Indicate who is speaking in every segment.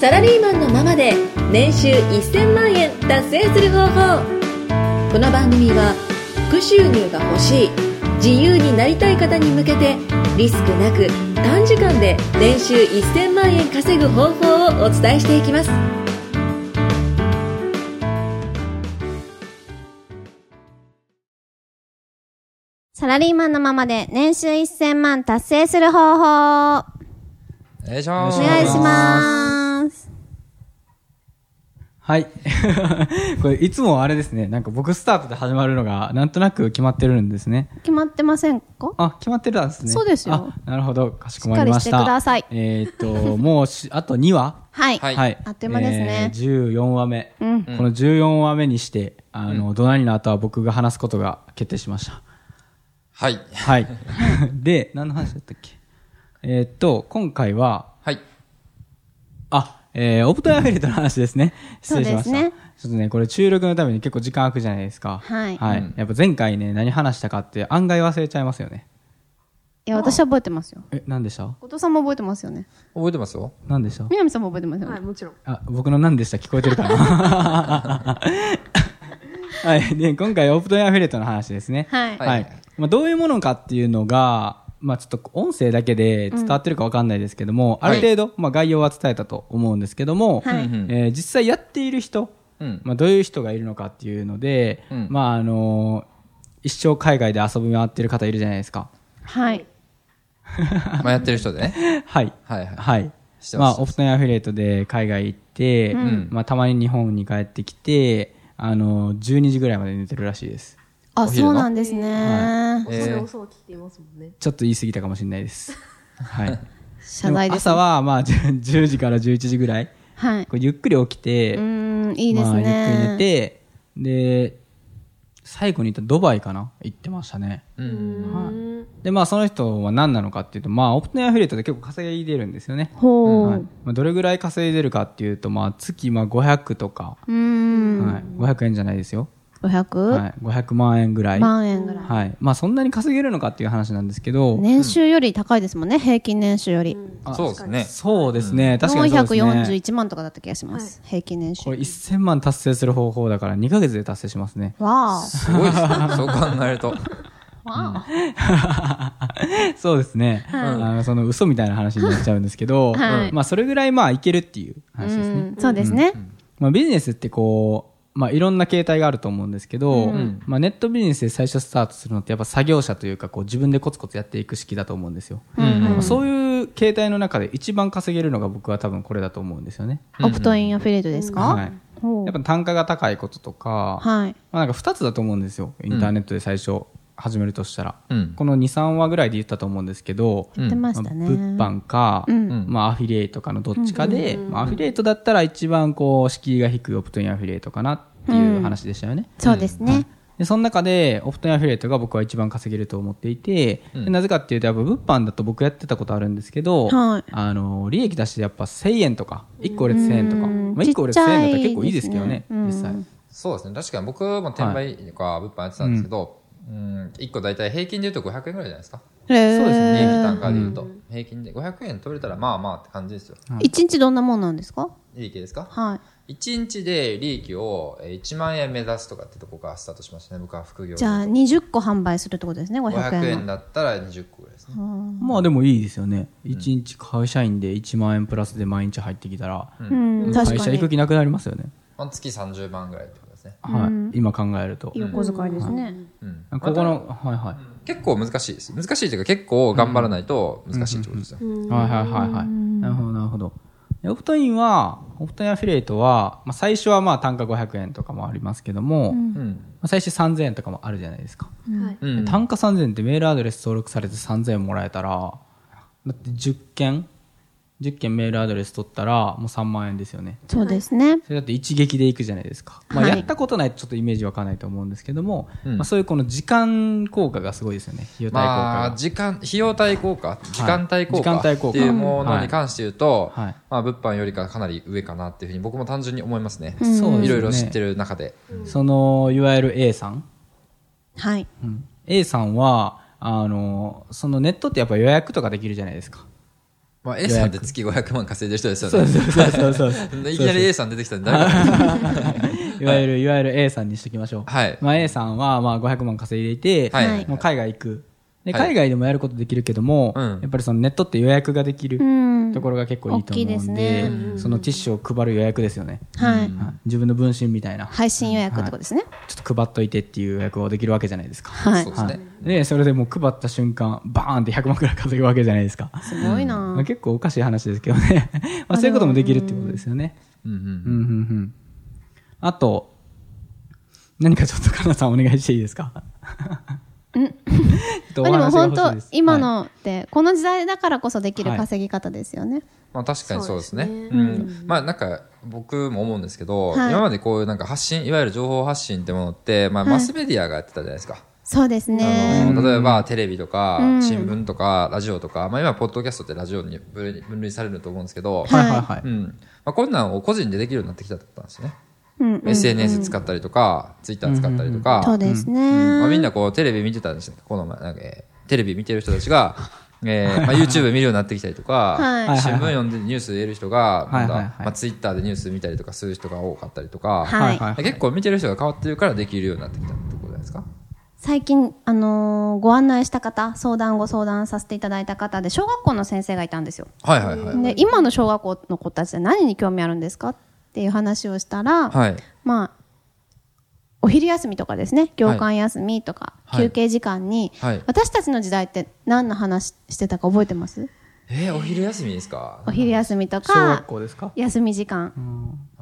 Speaker 1: サラリーマンのままで年収1000万円達成する方法この番組は副収入が欲しい自由になりたい方に向けてリスクなく短時間で年収1000万円稼ぐ方法をお伝えしていきます
Speaker 2: サラリーマンのままで年収1000万達成する方法お
Speaker 3: お願いします。
Speaker 2: 願いします。
Speaker 4: はい。 これ、いつもあれですね。なんか僕スタートで始まるのが、なんとなく決まってるんですね。
Speaker 2: 決まってませんか
Speaker 4: あ、決まってたんですね。
Speaker 2: そうですよ
Speaker 4: あ、なるほど。かしこまりました。
Speaker 2: しっかりしてください
Speaker 4: えーっと、もうし、あと2話
Speaker 2: はい。
Speaker 3: はい
Speaker 2: あっという間ですね
Speaker 4: えー14話目。
Speaker 2: うん
Speaker 4: この14話目にして、あの、どなりの後は僕が話すことが決定しました。
Speaker 3: はい。
Speaker 4: はい。で、何の話だったっけえーっと、今回は、
Speaker 3: はい。
Speaker 4: あ、えー、オプトヤフェルトの話ですね。失礼しました。
Speaker 2: そうですね
Speaker 4: ちょっとね、これ収録のために結構時間空くじゃないですか。
Speaker 2: はい
Speaker 3: うん
Speaker 4: やっぱ前回ね、何話したかって案外忘れちゃいますよね。
Speaker 2: いや、私は覚えてますよ。
Speaker 4: え、何でした
Speaker 2: 後藤さんも覚えてますよね。
Speaker 3: 覚えてますよ。
Speaker 4: 何でした
Speaker 2: 南さんも覚えてますよね。
Speaker 4: あ、僕の何でした聞こえてるかな はい。で、今回オプトヤフェルトの話ですね。
Speaker 2: はい
Speaker 3: はい
Speaker 4: まあ、どういうものかっていうのが、まあ、ちょっと音声だけで伝わってるかわかんないですけども、
Speaker 3: うん
Speaker 4: ある程度、まあ、概要は伝えたと思うんですけども、
Speaker 2: はい
Speaker 3: うんうん
Speaker 4: えー実際やっている人、
Speaker 3: うん
Speaker 4: まあ、どういう人がいるのかっていうので、
Speaker 3: うん
Speaker 4: まああの一生海外で遊び回ってる方いるじゃないで すか。
Speaker 2: はい。
Speaker 3: まあやってる人で ね。
Speaker 4: はい。
Speaker 3: はいはい
Speaker 4: はい。
Speaker 3: して
Speaker 4: ま
Speaker 3: ま
Speaker 4: あ、
Speaker 3: す
Speaker 4: オプトンアフィリエイトで海外行って、
Speaker 3: ん
Speaker 4: まあ、たまに日本に帰ってきて、あの12時ぐらいまで寝てるらしいです。
Speaker 2: あ、
Speaker 3: お昼
Speaker 2: そ
Speaker 3: の
Speaker 2: うなんですね。
Speaker 3: えー
Speaker 5: そう聞いていますもんね。
Speaker 4: ちょっと言い過ぎたかもしれな いです。はい。
Speaker 2: 謝罪です。
Speaker 4: でも朝は、まあ、10 10時から11時ぐらい、
Speaker 2: はい。
Speaker 4: こうゆっくり起きて、
Speaker 2: うーん、いいですね。
Speaker 4: まあ、ゆっくり寝て、で、最後に行ったドバイかな行ってましたね。
Speaker 3: うん。
Speaker 4: で、まあ、その人は何なのかっていうと、まあ、オプトンアフィリエイトで結構稼いでるんですよね。
Speaker 2: ほう。
Speaker 4: はいうまあ、どれぐらい稼いでるかっていうと、まあ、月まあ500とか、
Speaker 2: ーん。
Speaker 4: はい、500円じゃないですよ、は
Speaker 2: 500?
Speaker 4: い、500万円ぐらい、
Speaker 2: 万円ぐらい。
Speaker 4: はいまあ、そんなに稼げるのかっていう話なんですけど、
Speaker 2: 年収より高いですもんね、平均年収より。
Speaker 4: あ
Speaker 3: そうですね。
Speaker 4: そうですね、確かにそうですね
Speaker 2: 441万とかだった気がします。平均年収
Speaker 4: こ。れ1000万達成する方法だから2ヶ月で達成しますね
Speaker 2: わあ。
Speaker 3: すごいですね。そう考えると。
Speaker 2: わ
Speaker 4: そうですね、あのその嘘みたいな話になっちゃうんですけ ど、
Speaker 2: はい
Speaker 4: まあ、それぐらいまあいけるっていう
Speaker 2: あ。う
Speaker 4: 話ですね、
Speaker 2: ん、そうですね。
Speaker 4: まあ、ビジネスってこう、まあ、いろんな形態があると思うんですけど、
Speaker 3: ん
Speaker 4: まあ、ネットビジネスで最初スタートするのってやっぱ作業者というかこう自分でコツコツやっていく式だと思うんですよ、まあそういう形態の中で一番稼げるのが僕は多分これだと思うんですよね、
Speaker 2: オプトインアフィリエイトですか
Speaker 4: はい、
Speaker 2: ほう
Speaker 4: やっぱ単価が高いこととか、
Speaker 2: はい。
Speaker 4: まあ、なんか2つだと思うんですよインターネットで最初始めるとしたら、
Speaker 3: うん
Speaker 4: この23話ぐらいで言ったと思うんですけど、
Speaker 2: 言ってましたね。
Speaker 4: まあ物販か、
Speaker 2: ん
Speaker 4: まあ、アフィリエイトかのどっちかで、まあ、アフィリエイトだったら一番こう敷居が低いオプトインアフィリエイトかなっていう話でしたよね。
Speaker 2: そうですね。
Speaker 4: でその中でオプトインアフィリエイトが僕は一番稼げると思っていて、
Speaker 3: うん
Speaker 4: でなぜかっていうとやっぱ物販だと僕やってたことあるんですけど、
Speaker 2: はい
Speaker 4: あの利益出してやっぱ1000円とか1個売れて1000円とか、
Speaker 2: うん
Speaker 4: まあ、1個売れて
Speaker 2: ちっ
Speaker 4: 1000
Speaker 2: ち
Speaker 4: 円
Speaker 2: ゃ
Speaker 4: だ
Speaker 2: い
Speaker 4: ったら結構いいですけどね
Speaker 2: ですねうん
Speaker 4: 実際、
Speaker 3: そうですね。確かに僕も転売とか物販やってたんですけど、うん、1個大体平均で言うと500円ぐらいじゃないですか。
Speaker 2: そう
Speaker 4: ですね
Speaker 3: 平
Speaker 4: え
Speaker 3: 均
Speaker 4: ー
Speaker 3: 単価で言うと。平均で500円取れたらまあまあって感じですよ。
Speaker 2: 一日どんなもんなんですか
Speaker 3: 利益ですか
Speaker 2: は
Speaker 3: ?1 日で利益をえー1万円目指すとかってとこからスタートしましたね。僕は副業
Speaker 2: い。
Speaker 3: で
Speaker 2: じゃあ、20個販売するってことですね、
Speaker 3: 500
Speaker 2: 500円
Speaker 3: 円
Speaker 2: の。
Speaker 3: だったら20個ぐらいですね。
Speaker 4: まあでもいいですよね1日会社員で1万円プラスで毎日入ってきたら、
Speaker 2: うん、確
Speaker 4: 会
Speaker 2: か
Speaker 4: 社行く
Speaker 2: に。
Speaker 4: 気なくなりますよね、
Speaker 3: まあ月30万ぐらいってことですね。
Speaker 4: はい、今考えると、
Speaker 2: お小遣いですね。
Speaker 3: うん。
Speaker 4: ここの、はいはい、
Speaker 3: 結構難しいです。難しいというか結構頑張らないと難しいってことですよ。
Speaker 4: はいはいはいはい。なるほどなるほど。でオプトインは、オプトインアフィリエイトは、まあ、最初はまあ単価500円とかもありますけども、ま
Speaker 3: うん。
Speaker 4: あ最初3000円とかもあるじゃないですか。
Speaker 5: はい。
Speaker 3: うん。
Speaker 4: 単価3000円ってメールアドレス登録されて3000円もらえたら、だって10件、10件メールアドレス取ったらもう3万円ですよね。
Speaker 2: そうですね。
Speaker 4: それだって一撃でいくじゃないですか。まあ、
Speaker 2: はい
Speaker 4: やったことないとちょっとイメージわかんないと思うんですけども、
Speaker 3: うん
Speaker 4: まあ、そういうこの時間効果がすごいですよね。費用対効果が。
Speaker 3: まあ、時間、費用対効果、時間対効
Speaker 4: 時間
Speaker 3: 果
Speaker 4: 対効果
Speaker 3: っていうものに関して言うと、
Speaker 4: はいはい
Speaker 3: まあ、物販よりかかなり上かなっていうふうに僕も単純に思いますね。
Speaker 4: そうですね
Speaker 3: いろいろ知ってる中で。
Speaker 4: その、いわゆる A さん。
Speaker 2: はい。
Speaker 4: A さんはあのそのネットってやっぱ予約とかできるじゃないですか
Speaker 3: まあ、A さんって月500万稼いでる人ですよ
Speaker 4: そう
Speaker 3: ね。
Speaker 4: そうそうそうそうそう
Speaker 3: でいきなり A さん出てきたら誰が
Speaker 4: いわゆるいわゆる A さんにしときましょう、
Speaker 3: はい
Speaker 4: まあ、A さんはまあ500万稼いでいて、
Speaker 3: はい
Speaker 2: はい
Speaker 4: もう海外行くで
Speaker 3: はい
Speaker 4: 海外でもやることできるけども、
Speaker 3: うん
Speaker 4: やっぱりそのネットって予約ができる
Speaker 2: うん
Speaker 4: ところが結構いいと思うんで,、
Speaker 2: 大きいですね
Speaker 4: そのティッシュを配る予約ですよね、
Speaker 2: はい。
Speaker 4: はい自分の分身みたいな、
Speaker 2: 配信予約ってことですね。
Speaker 4: ちょっと配っといてっていう予約をできるわけじゃないですか、
Speaker 2: はい
Speaker 3: そう。ですね。
Speaker 4: い、でそれでもう配った瞬間バーンって100万くらい稼ぐわけじゃないですか
Speaker 2: すごい
Speaker 4: ま
Speaker 2: な
Speaker 4: あ、結構おかしい話ですけどね まあそういうこともできるってことですよね、
Speaker 3: うんう。
Speaker 4: うんんうんうん。あと、何かちょっとカナさんお願いしていいですか うん。
Speaker 2: まあでも本当、今
Speaker 4: はい
Speaker 2: のって、この時代だからこそできる稼ぎ方ですよね。
Speaker 3: まあ確かにそうですね。うん。まあなんか僕も思うんですけど、
Speaker 2: はい
Speaker 3: 今までこういうなんか発信、いわゆる情報発信ってものって、まあマスメディアがやってたじゃないですか。
Speaker 2: そうです
Speaker 3: あ
Speaker 2: ね。
Speaker 3: の例えばテレビとか
Speaker 2: うん
Speaker 3: 新聞とかラジオとか、まあ、今ポッドキャストってラジオに分類分類されると思うんですけど、
Speaker 4: はいはいはい。
Speaker 3: うんまあ、こんなんを個人でできるようになってきたってことなんです
Speaker 2: う
Speaker 3: ね、
Speaker 2: んうん
Speaker 3: SNS 使ったりとかツイッター使ったりとか、
Speaker 2: そうですね。
Speaker 3: まあ、みんなこうテレビ見てたんですねこの前なんか、えーテレビ見てる人た ちが、えーまあ、YouTube 見るようになってきたりとか、
Speaker 2: はい
Speaker 3: 新聞読んでニュース得る人が
Speaker 4: はい
Speaker 3: ま
Speaker 4: はい
Speaker 3: だ、
Speaker 4: はい
Speaker 3: まあ、ツイッターでニュース見たりとかする人が多かったりとか、
Speaker 2: はい
Speaker 3: 結構見てる人が変わってるからできるようになってきたってことじゃないですか。
Speaker 2: 最近、あのーご案内した方、相談ご相談させていただいた方で、小学校の先生がいたんですよ。
Speaker 3: はいはいはい。
Speaker 2: で、今の小学校の子たちって何に興味あるんですかっていう話をしたら、
Speaker 3: はい
Speaker 2: まあ、お昼休みとかですね、業間休みとか、
Speaker 3: はい
Speaker 2: 休憩時間に、
Speaker 3: はい
Speaker 2: 私たちの時代って何の話してたか覚えてます
Speaker 3: えーお昼休みですか
Speaker 2: お昼休みと
Speaker 4: 小学
Speaker 2: か、
Speaker 4: 校ですか
Speaker 2: 休み時間。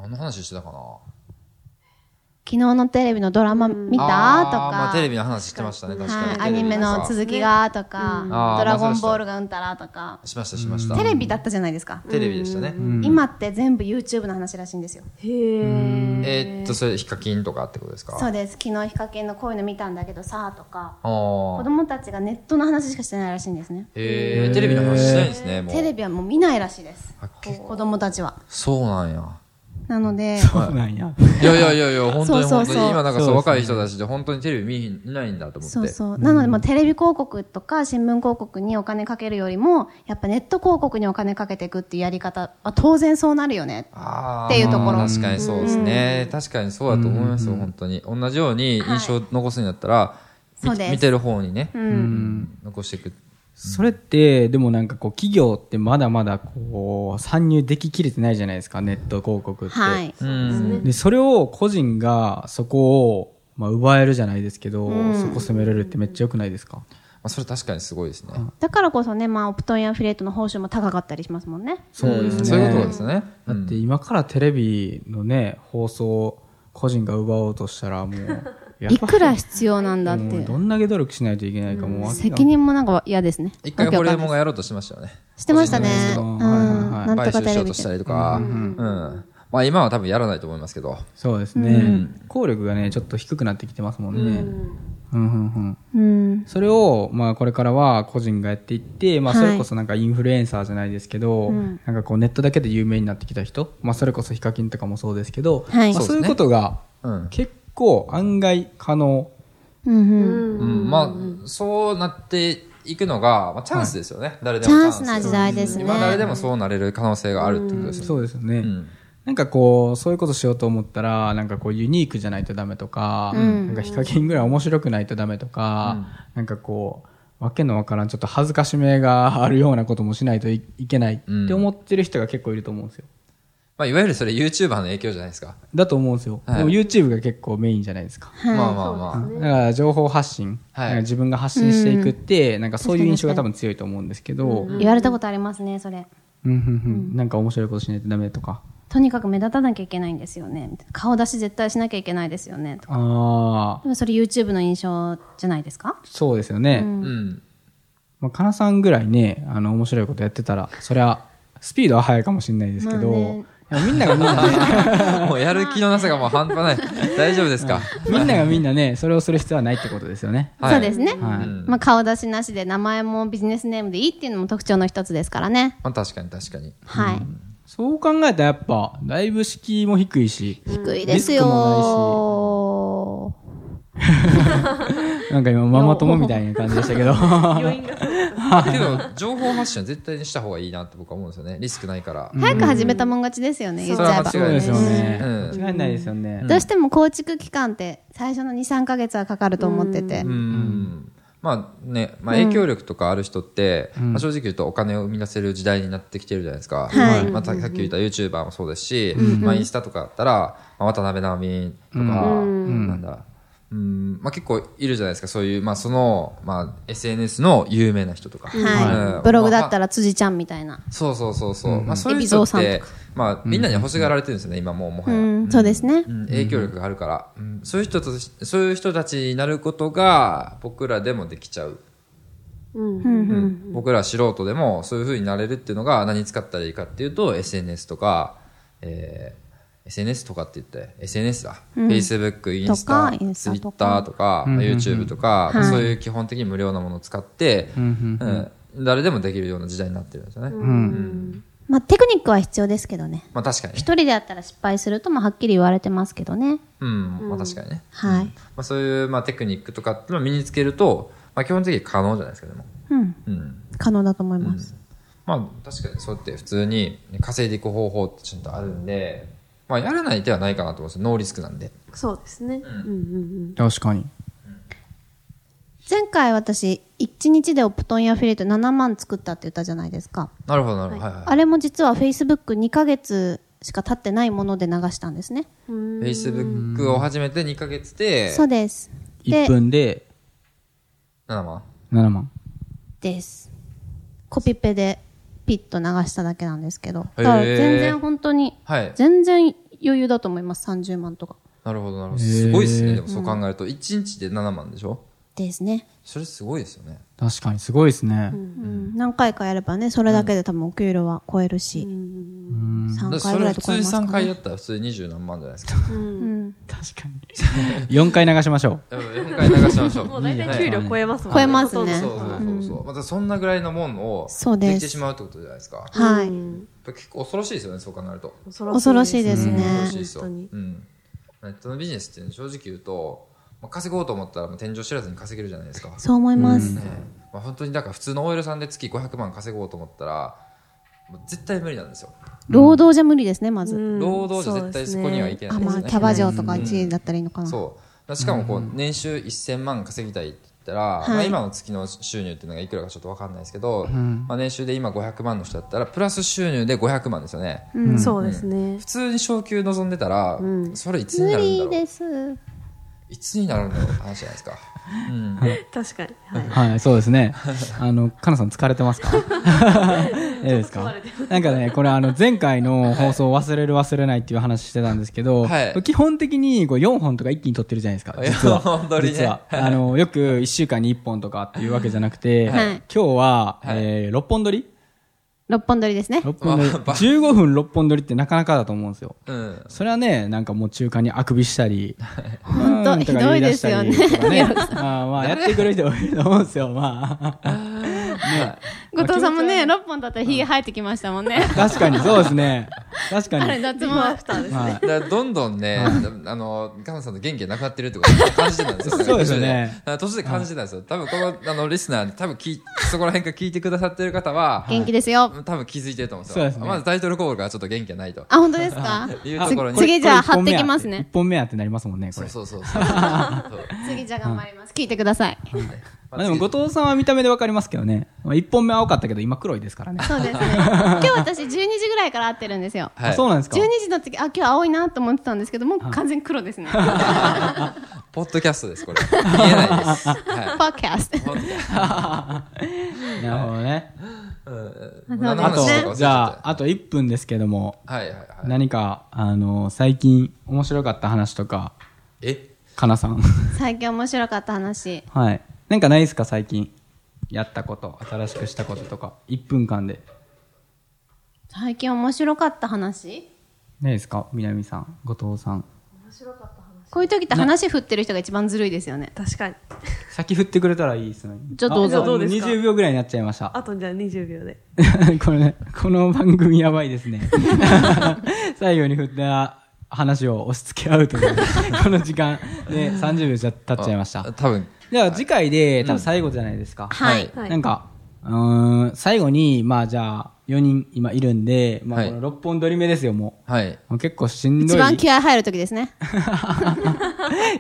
Speaker 3: 何の話してたかな
Speaker 2: 昨日のテレビのドラマ見たとか、
Speaker 3: あーまあ、テレビの話してましたね確かに、
Speaker 2: はい、
Speaker 3: テ
Speaker 2: ア
Speaker 3: レビ
Speaker 2: ニメの続きがとか、
Speaker 3: あー
Speaker 2: ドラゴンボールがうんたらとか、
Speaker 3: しましたしました
Speaker 2: テレビだったじゃないですか。
Speaker 3: テレビでしたね、
Speaker 2: 今って全部 YouTube の話らしいんですよ。
Speaker 3: えーっとそれヒカキンとかってことですか
Speaker 2: そうです。昨日ヒカキンのこういうの見たんだけどさあとか、
Speaker 3: あ
Speaker 2: 子
Speaker 3: ー
Speaker 2: 供たちがネットの話しかしてないらしいんですね。
Speaker 3: えー、テレビの話しないんですねもう
Speaker 2: テレビはもう見ないらしいです
Speaker 3: あ。結
Speaker 2: 子供たちは。
Speaker 3: そうなんや
Speaker 2: なので、
Speaker 4: そうなんや。
Speaker 3: いやいやいやいや 本当に
Speaker 2: そうそう
Speaker 3: 本
Speaker 2: そ
Speaker 3: 当
Speaker 2: う
Speaker 3: に今なんかそう
Speaker 4: そうですね
Speaker 3: 若い人たちで本当にテレビ見ひん見ないんだと思って
Speaker 2: そうそう。なので、まあ、テレビ広告とか新聞広告にお金かけるよりも、やっぱネット広告にお金かけていくっていうやり方は当然そうなるよね。
Speaker 3: あー
Speaker 2: っていうところ
Speaker 3: まあ確かにそうですね、確かにそうだと思いますよ、本当に同じように印象を残すんだったら、み
Speaker 2: そうです
Speaker 3: 見てる方にね、
Speaker 2: うん。
Speaker 3: 残していく
Speaker 4: それって、でもなんかこう、企業ってまだまだこう、参入でききれてないじゃないですか、ネット広告って。
Speaker 2: はい。
Speaker 3: うん
Speaker 4: で、それを個人がそこを、まあ、奪えるじゃないですけど、そこ攻めれるってめっちゃ良くないですか
Speaker 3: まあ、それ確かにすごいですね、
Speaker 2: だからこそね、まあ、オプトインアフィリエイトの報酬も高かったりしますもんね。
Speaker 4: そうですね。
Speaker 3: そういうことですね。
Speaker 4: だって今からテレビのね、放送を個人が奪おうとしたら もう、やば
Speaker 2: いくら必要なんだっ
Speaker 4: もう
Speaker 2: て。
Speaker 4: どんだけ努力しないといけないかもうわけが
Speaker 2: 責任もなんか嫌ですね。
Speaker 3: 一回ホリエモン
Speaker 2: わ
Speaker 3: がやろうとしてましたよね。
Speaker 2: けわかんないしてましたね。
Speaker 3: 個
Speaker 2: う
Speaker 3: 人
Speaker 2: ん。
Speaker 4: のニュースとかはいはいはい
Speaker 2: なんと
Speaker 3: 買
Speaker 2: か
Speaker 3: 収
Speaker 2: テ
Speaker 3: しよ
Speaker 2: レ
Speaker 3: う
Speaker 2: ビ
Speaker 3: とした
Speaker 2: で。
Speaker 3: りとか。うん。まあ今は多分やらないと思いますけど。
Speaker 4: そうですね、効力がね、ちょっと低くなってきてますもんね。うん、うん、うん。
Speaker 2: うん。
Speaker 4: それを、まあこれからは個人がやっていって、まあ
Speaker 2: はい
Speaker 4: それこそなんかインフルエンサーじゃないですけど、なんかこうネットだけで有名になってきた人、まあそれこそヒカキンとかもそうですけど、
Speaker 2: はい
Speaker 4: まあ
Speaker 3: そ
Speaker 4: そうう
Speaker 3: ですね
Speaker 4: いうことが
Speaker 3: うん。
Speaker 4: 結構案外可能。
Speaker 2: うんうん。
Speaker 3: うんまあ、そうなっていくのが、まあチャンスですよね。誰で
Speaker 2: チ
Speaker 3: も
Speaker 2: ャンスな時代ですね。
Speaker 3: 今誰でもそうなれる可能性があるってことですよね。
Speaker 4: そうですよね。
Speaker 3: ん
Speaker 4: なんかこう、そういうことしようと思ったら、なんかこう、ユニークじゃないとダメとか、なんかヒカキンぐらい面白くないとダメとか、なんかこう、わけのわからん、ちょっと恥ずかしめがあるようなこともしないといいけないって思ってる人が結構いると思うんですよ。
Speaker 3: まあいわゆるそれ YouTuber の影響じゃないですか。
Speaker 4: だと思うんですよ。
Speaker 3: はい
Speaker 4: でも YouTube が結構メインじゃないですか。
Speaker 3: まあまあま
Speaker 4: だから情報発信、
Speaker 3: はい
Speaker 4: なんか自分が発信していくって、なんかそういう印象が多分強いと思うんですけど、うん
Speaker 2: 言われたことありますね、それ。
Speaker 4: うんうんなんか面白いことしないとダメとか。
Speaker 2: とにかく目立たなきゃいけないんですよね。みたいな顔出し絶対しなきゃいけないですよね。とか
Speaker 4: ああ、
Speaker 2: でもそれ YouTube の印象じゃないですか
Speaker 4: そうですよね。
Speaker 3: あ。うん。
Speaker 4: まあ、かなさんぐらいね、あの、面白いことやってたら、そりゃ、スピードは速いかもしれないですけど、
Speaker 2: まあね
Speaker 4: いやみんながみんな ね、
Speaker 3: もうやる気のなさがもう半端ない。大丈夫ですか
Speaker 4: みんながみんなね、それをする必要はないってことですよね。
Speaker 3: はい
Speaker 2: そうですね。
Speaker 4: はい
Speaker 3: うん
Speaker 2: まあ、顔出しなしで名前もビジネスネームでいいっていうのも特徴の一つですからね。
Speaker 3: まあ確かに確かに。
Speaker 2: はい。
Speaker 4: そう考えたらやっぱ、だいぶ敷居も低いし、
Speaker 2: 低いですよ
Speaker 4: リスクなんか今、ママ友みたいな感じでしたけど、
Speaker 3: けど、情報発信は絶対にした方がいいなって僕は思うんですよね。リスクないから。
Speaker 2: 早く始めたもん勝ちですよね、言っちゃえば。
Speaker 3: そ
Speaker 4: そうう
Speaker 3: で
Speaker 4: ですす
Speaker 3: よ
Speaker 4: よ
Speaker 3: ね
Speaker 4: ね。
Speaker 3: うん
Speaker 4: 間違いないですよね。
Speaker 2: どうしても構築期間って最初の2、3ヶ月はかかると思ってて。
Speaker 3: うんまあね、まあ、影響力とかある人って、まあ、正直言うとお金を生み出せる時代になってきてるじゃないですか。
Speaker 2: はい
Speaker 3: まあ、ささっき言った YouTuber もそうですし、まあ、インスタとかだったら、まあ、渡辺直美とか、なんだ、うんまあ、結構いるじゃないですか。そういう、まあ、その、まあ、SNS の有名な人とか。
Speaker 2: は
Speaker 3: うん
Speaker 2: い。ブログだった
Speaker 3: まあ
Speaker 2: ら辻ちゃんみたいな。
Speaker 3: そうそうそうそう。まあ、そういう
Speaker 2: 海
Speaker 3: 人
Speaker 2: 老蔵
Speaker 3: っ
Speaker 2: さんと
Speaker 3: て
Speaker 2: か、
Speaker 3: まあ、みんなに欲しがられてるんですよね、今もう、も
Speaker 2: う
Speaker 3: はや。
Speaker 2: ん、そうですね
Speaker 3: う。ん影響力があるから、うんそういう人としそういう人たちになることが僕らでもできちゃう、うん僕ら素人でもそういう風になれるっていうのが何に使ったらいいかっていうと SNS とか、えー SNS とかって言って、SNS だ。Facebook、インス
Speaker 2: と
Speaker 3: タ、
Speaker 2: かインスタと
Speaker 3: Twitter
Speaker 2: か
Speaker 3: とか、YouTube とか、
Speaker 2: はい
Speaker 3: そういう基本的に無料なものを使って、うん誰でもできるような時代になってるんですよね。
Speaker 2: まあ、テクニックは必要ですけどね。
Speaker 3: まあ確かにね。
Speaker 2: 一人でやったら失敗するともはっきり言われてますけどね。
Speaker 3: うん、まあ確かにね。
Speaker 2: はい
Speaker 3: うんまあそういう、まあテクニックとかっていうのを身につけると、まあ基本的に可能じゃないですか、でも。
Speaker 2: うん。
Speaker 3: うん。
Speaker 2: 可能だと思います。
Speaker 3: まあ確かにそうやって普通に稼いでいく方法ってちゃんとあるんで、まあやらない手はないかなと思うんですよ。ノーリスクなんで。
Speaker 5: そうですね。うんうん
Speaker 4: 確かに。
Speaker 2: 前回私、1日でオプトンやアフィリエイト7万作ったって言ったじゃないですか。
Speaker 3: なるほど、なるほど。はいはい。
Speaker 2: あれも実は Facebook2 ヶ月しか経ってないもので流したんですね。
Speaker 5: うん。うん
Speaker 3: Facebook を始めて2ヶ月で
Speaker 2: そうです。
Speaker 4: 1
Speaker 2: で、
Speaker 4: 分で
Speaker 3: 7万。
Speaker 4: 7万。
Speaker 2: です。コピペでピッと流しただけなんですけど。
Speaker 3: へー
Speaker 2: だから全然本当に、
Speaker 3: はい。
Speaker 2: 全然余裕だと思います。30万とか。
Speaker 3: なるほど、なるほど。
Speaker 4: へー
Speaker 3: すごいですね。でもそう考えると、1日で7万でしょ
Speaker 2: ですね。
Speaker 3: それすごいですよね。
Speaker 4: 確かにすごいですね。
Speaker 2: うん。何回かやればね、それだけで多分お給料は超えるし。
Speaker 3: だ
Speaker 2: 3
Speaker 3: からそ
Speaker 2: 回ぐ
Speaker 3: れ
Speaker 2: らい
Speaker 3: 普
Speaker 2: と超
Speaker 3: 通
Speaker 2: え
Speaker 3: に
Speaker 2: ますか、ね。
Speaker 3: 3回やったら普通に20何万じゃないですか。
Speaker 2: うん。
Speaker 4: 確かに。4回 流しましょ
Speaker 3: でも4回流しま しょう。
Speaker 5: もう大体給料超えますもん
Speaker 2: 超えますね
Speaker 3: そうそうそうそう。またそんなぐらいのものを
Speaker 2: そう
Speaker 3: で
Speaker 2: です
Speaker 3: きてしまうってことじゃないですか。やっ
Speaker 2: はい。
Speaker 3: ぱ結構恐ろしいですよね、そう考えると。
Speaker 2: 恐ろしいですね
Speaker 3: 恐ろしいですよ。う
Speaker 5: 本当に
Speaker 3: ん。ネットのビジネスって正直言うと、まあ、稼ごうと思ったらもう天井知らずに稼げるじゃないですか。
Speaker 2: そう思います。
Speaker 3: ねまあ、本当にだから普通の OL さんで月500万稼ごうと思ったら、もう絶対無理なんですよ。
Speaker 2: 労働じゃ無理ですね、まず。
Speaker 5: うん
Speaker 3: 労働者絶対そこにはいけな
Speaker 2: あ、
Speaker 3: いです
Speaker 2: ま
Speaker 3: よ
Speaker 2: あ、
Speaker 3: ね
Speaker 2: キ。ャバ嬢とか1位だったらいいのかな。
Speaker 3: そう。しかもこう、年収1000万稼ぎたいって言ったら、
Speaker 2: い
Speaker 3: まあ今の月の収入っていうのがいくらかちょっとわかんないですけど、まあ年収で今500万の人だったら、プラス収入で500万ですよね。
Speaker 5: うんそうですね
Speaker 3: 普。通に昇給望んでたら、
Speaker 5: ん
Speaker 3: それいつに
Speaker 2: 無
Speaker 3: なるんだ
Speaker 2: 理
Speaker 3: ろう
Speaker 2: です。
Speaker 3: いつになるんだろうって話じゃないですか。うん。
Speaker 5: 確かに。は
Speaker 4: う。
Speaker 5: い
Speaker 4: はい、そうですね。あの、かなさん疲れてますかええですかなんかね、これあの、前回の放送忘れる忘れないっていう話してたんですけど、
Speaker 3: はい
Speaker 4: 基本的にこう4本とか一気に撮ってるじゃないですか。実は。
Speaker 3: 本当にね
Speaker 4: 実は。あの、よく1週間に1本とかっていうわけじゃなくて、
Speaker 2: はい
Speaker 4: 今日は、
Speaker 3: はい
Speaker 4: えー、6本撮り
Speaker 2: 6本撮りですね。
Speaker 4: 六本撮り。
Speaker 3: あば
Speaker 4: 15分6本撮りってなかなかだと思うんですよ。
Speaker 3: うん。
Speaker 4: それはね、なんかもう中間にあくびしたり、
Speaker 2: んと
Speaker 4: うんとか言出したり
Speaker 2: ひどいです
Speaker 4: とかね。 まあまあ、やってくれる人多いと思うんですよ、まあ。ね
Speaker 2: 後藤さんもね、6本だったらヒゲ生えてきましたもんね。
Speaker 4: 確かに、そうですね。確かに。
Speaker 2: 脱
Speaker 5: 今ア
Speaker 2: 毛
Speaker 5: フ。ターです。
Speaker 4: はい。
Speaker 3: だからどんどんね、あの、ガンさんの元気がなくなってるってことを感じてたんですよ。
Speaker 4: そうですよね
Speaker 3: 途中で。途中で感じてたんですよ。多分この、あの、リスナー、多分き、そこら辺から聞いてくださってる方は、
Speaker 2: 元気ですよ。
Speaker 3: 多分気づいてると思うんです
Speaker 4: そう
Speaker 3: よ。
Speaker 4: ですね
Speaker 3: まずタイトルコールからちょっと元気がないと。
Speaker 2: あ、本当です か
Speaker 3: いうところに
Speaker 2: つ次じゃあ
Speaker 4: これ
Speaker 2: 貼ってきます
Speaker 4: 一
Speaker 2: ね。
Speaker 4: 本目やってなりますもんね、こ
Speaker 3: そう
Speaker 4: れ。
Speaker 3: そうそうそう。そう
Speaker 2: 次じゃあ頑張ります。聞いてください。
Speaker 4: まあでも、後藤さんは見た目でわかりますけどね。まあ一本目青かったけど、今黒いですからね。
Speaker 2: そうですね。今日私12時ぐらいから会ってるんですよ。
Speaker 3: はい
Speaker 4: あそうなんですか
Speaker 2: 12時の時、あ、今日青いなと思ってたんですけど、もう完全黒 ですね。
Speaker 3: ポッドキャストです、これ。見えないです。は
Speaker 2: パーキャスト。
Speaker 3: い。ポッドキャス
Speaker 4: なるほどね。
Speaker 3: ト。
Speaker 2: なる
Speaker 3: 何の
Speaker 2: ほ
Speaker 4: あ
Speaker 3: 話
Speaker 4: と
Speaker 3: してたか忘れ、ち
Speaker 4: じゃ
Speaker 3: ゃっ
Speaker 4: あ、あと1分ですけども、
Speaker 3: た。はいはいはい。
Speaker 4: 何か、あの、最近面白かった話とか、
Speaker 3: え
Speaker 4: かなさん。
Speaker 2: 最近面白かった話。
Speaker 4: はい。なんかないですか最近。やったこと、新しくしたこととか、1分間で。
Speaker 2: 最近面白かった話
Speaker 4: ないですか南さん、後藤さん。
Speaker 2: こういう時って話振ってる人が一番ずるいですよね。
Speaker 5: 確かに。
Speaker 4: 先振ってくれたらいいですね。
Speaker 2: じゃあどうぞ
Speaker 4: あ
Speaker 5: どうですか
Speaker 4: 20秒ぐらいになっちゃいました。
Speaker 5: あとじゃあ20秒で。
Speaker 4: これね、この番組やばいですね。 最後に振った話を押し付け合う という、この時間で30秒じゃ経っちゃいました
Speaker 3: あ。多分。
Speaker 4: では次回で、多分最後じゃないですか。
Speaker 2: はい。
Speaker 5: はい
Speaker 4: なんか、うーん、最後に、まあじゃあ、4人今いるんで、まあ
Speaker 3: はい
Speaker 4: この6本撮り目ですよ、も
Speaker 3: はい。
Speaker 4: う。もう結構しんどい。
Speaker 2: 一番気合入る時ですね。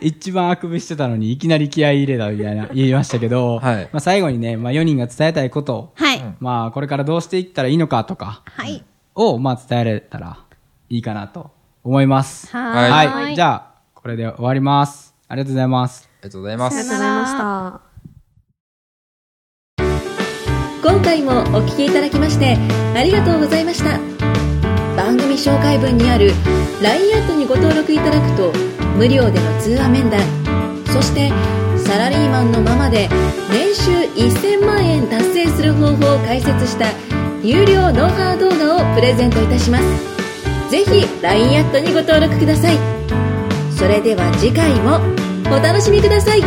Speaker 4: 一番あくびしてたのに、いきなり気合い入れたみたいな言いましたけど、
Speaker 3: はい
Speaker 4: まあ最後にね、まあ4人が伝えたいことを、
Speaker 2: はい。
Speaker 4: まあこれからどうしていったらいいのかとか、
Speaker 2: はい。
Speaker 4: を、まあ伝えられたらいいかなと思います。
Speaker 2: は
Speaker 3: はい
Speaker 2: ーい
Speaker 4: じゃあ、これで終わります。ありがとうございます。
Speaker 3: ありがとうございま
Speaker 5: ありが
Speaker 3: す。
Speaker 5: とうございました。
Speaker 1: 今回もお聞きいただきましてありがとうございました番組紹介文にある LINE アットにご登録いただくと無料での通話面談そしてサラリーマンのままで年収1000万円達成する方法を解説した有料ノウハウ動画をプレゼントいたしますぜひ LINE アットにご登録くださいそれでは次回もお楽しみください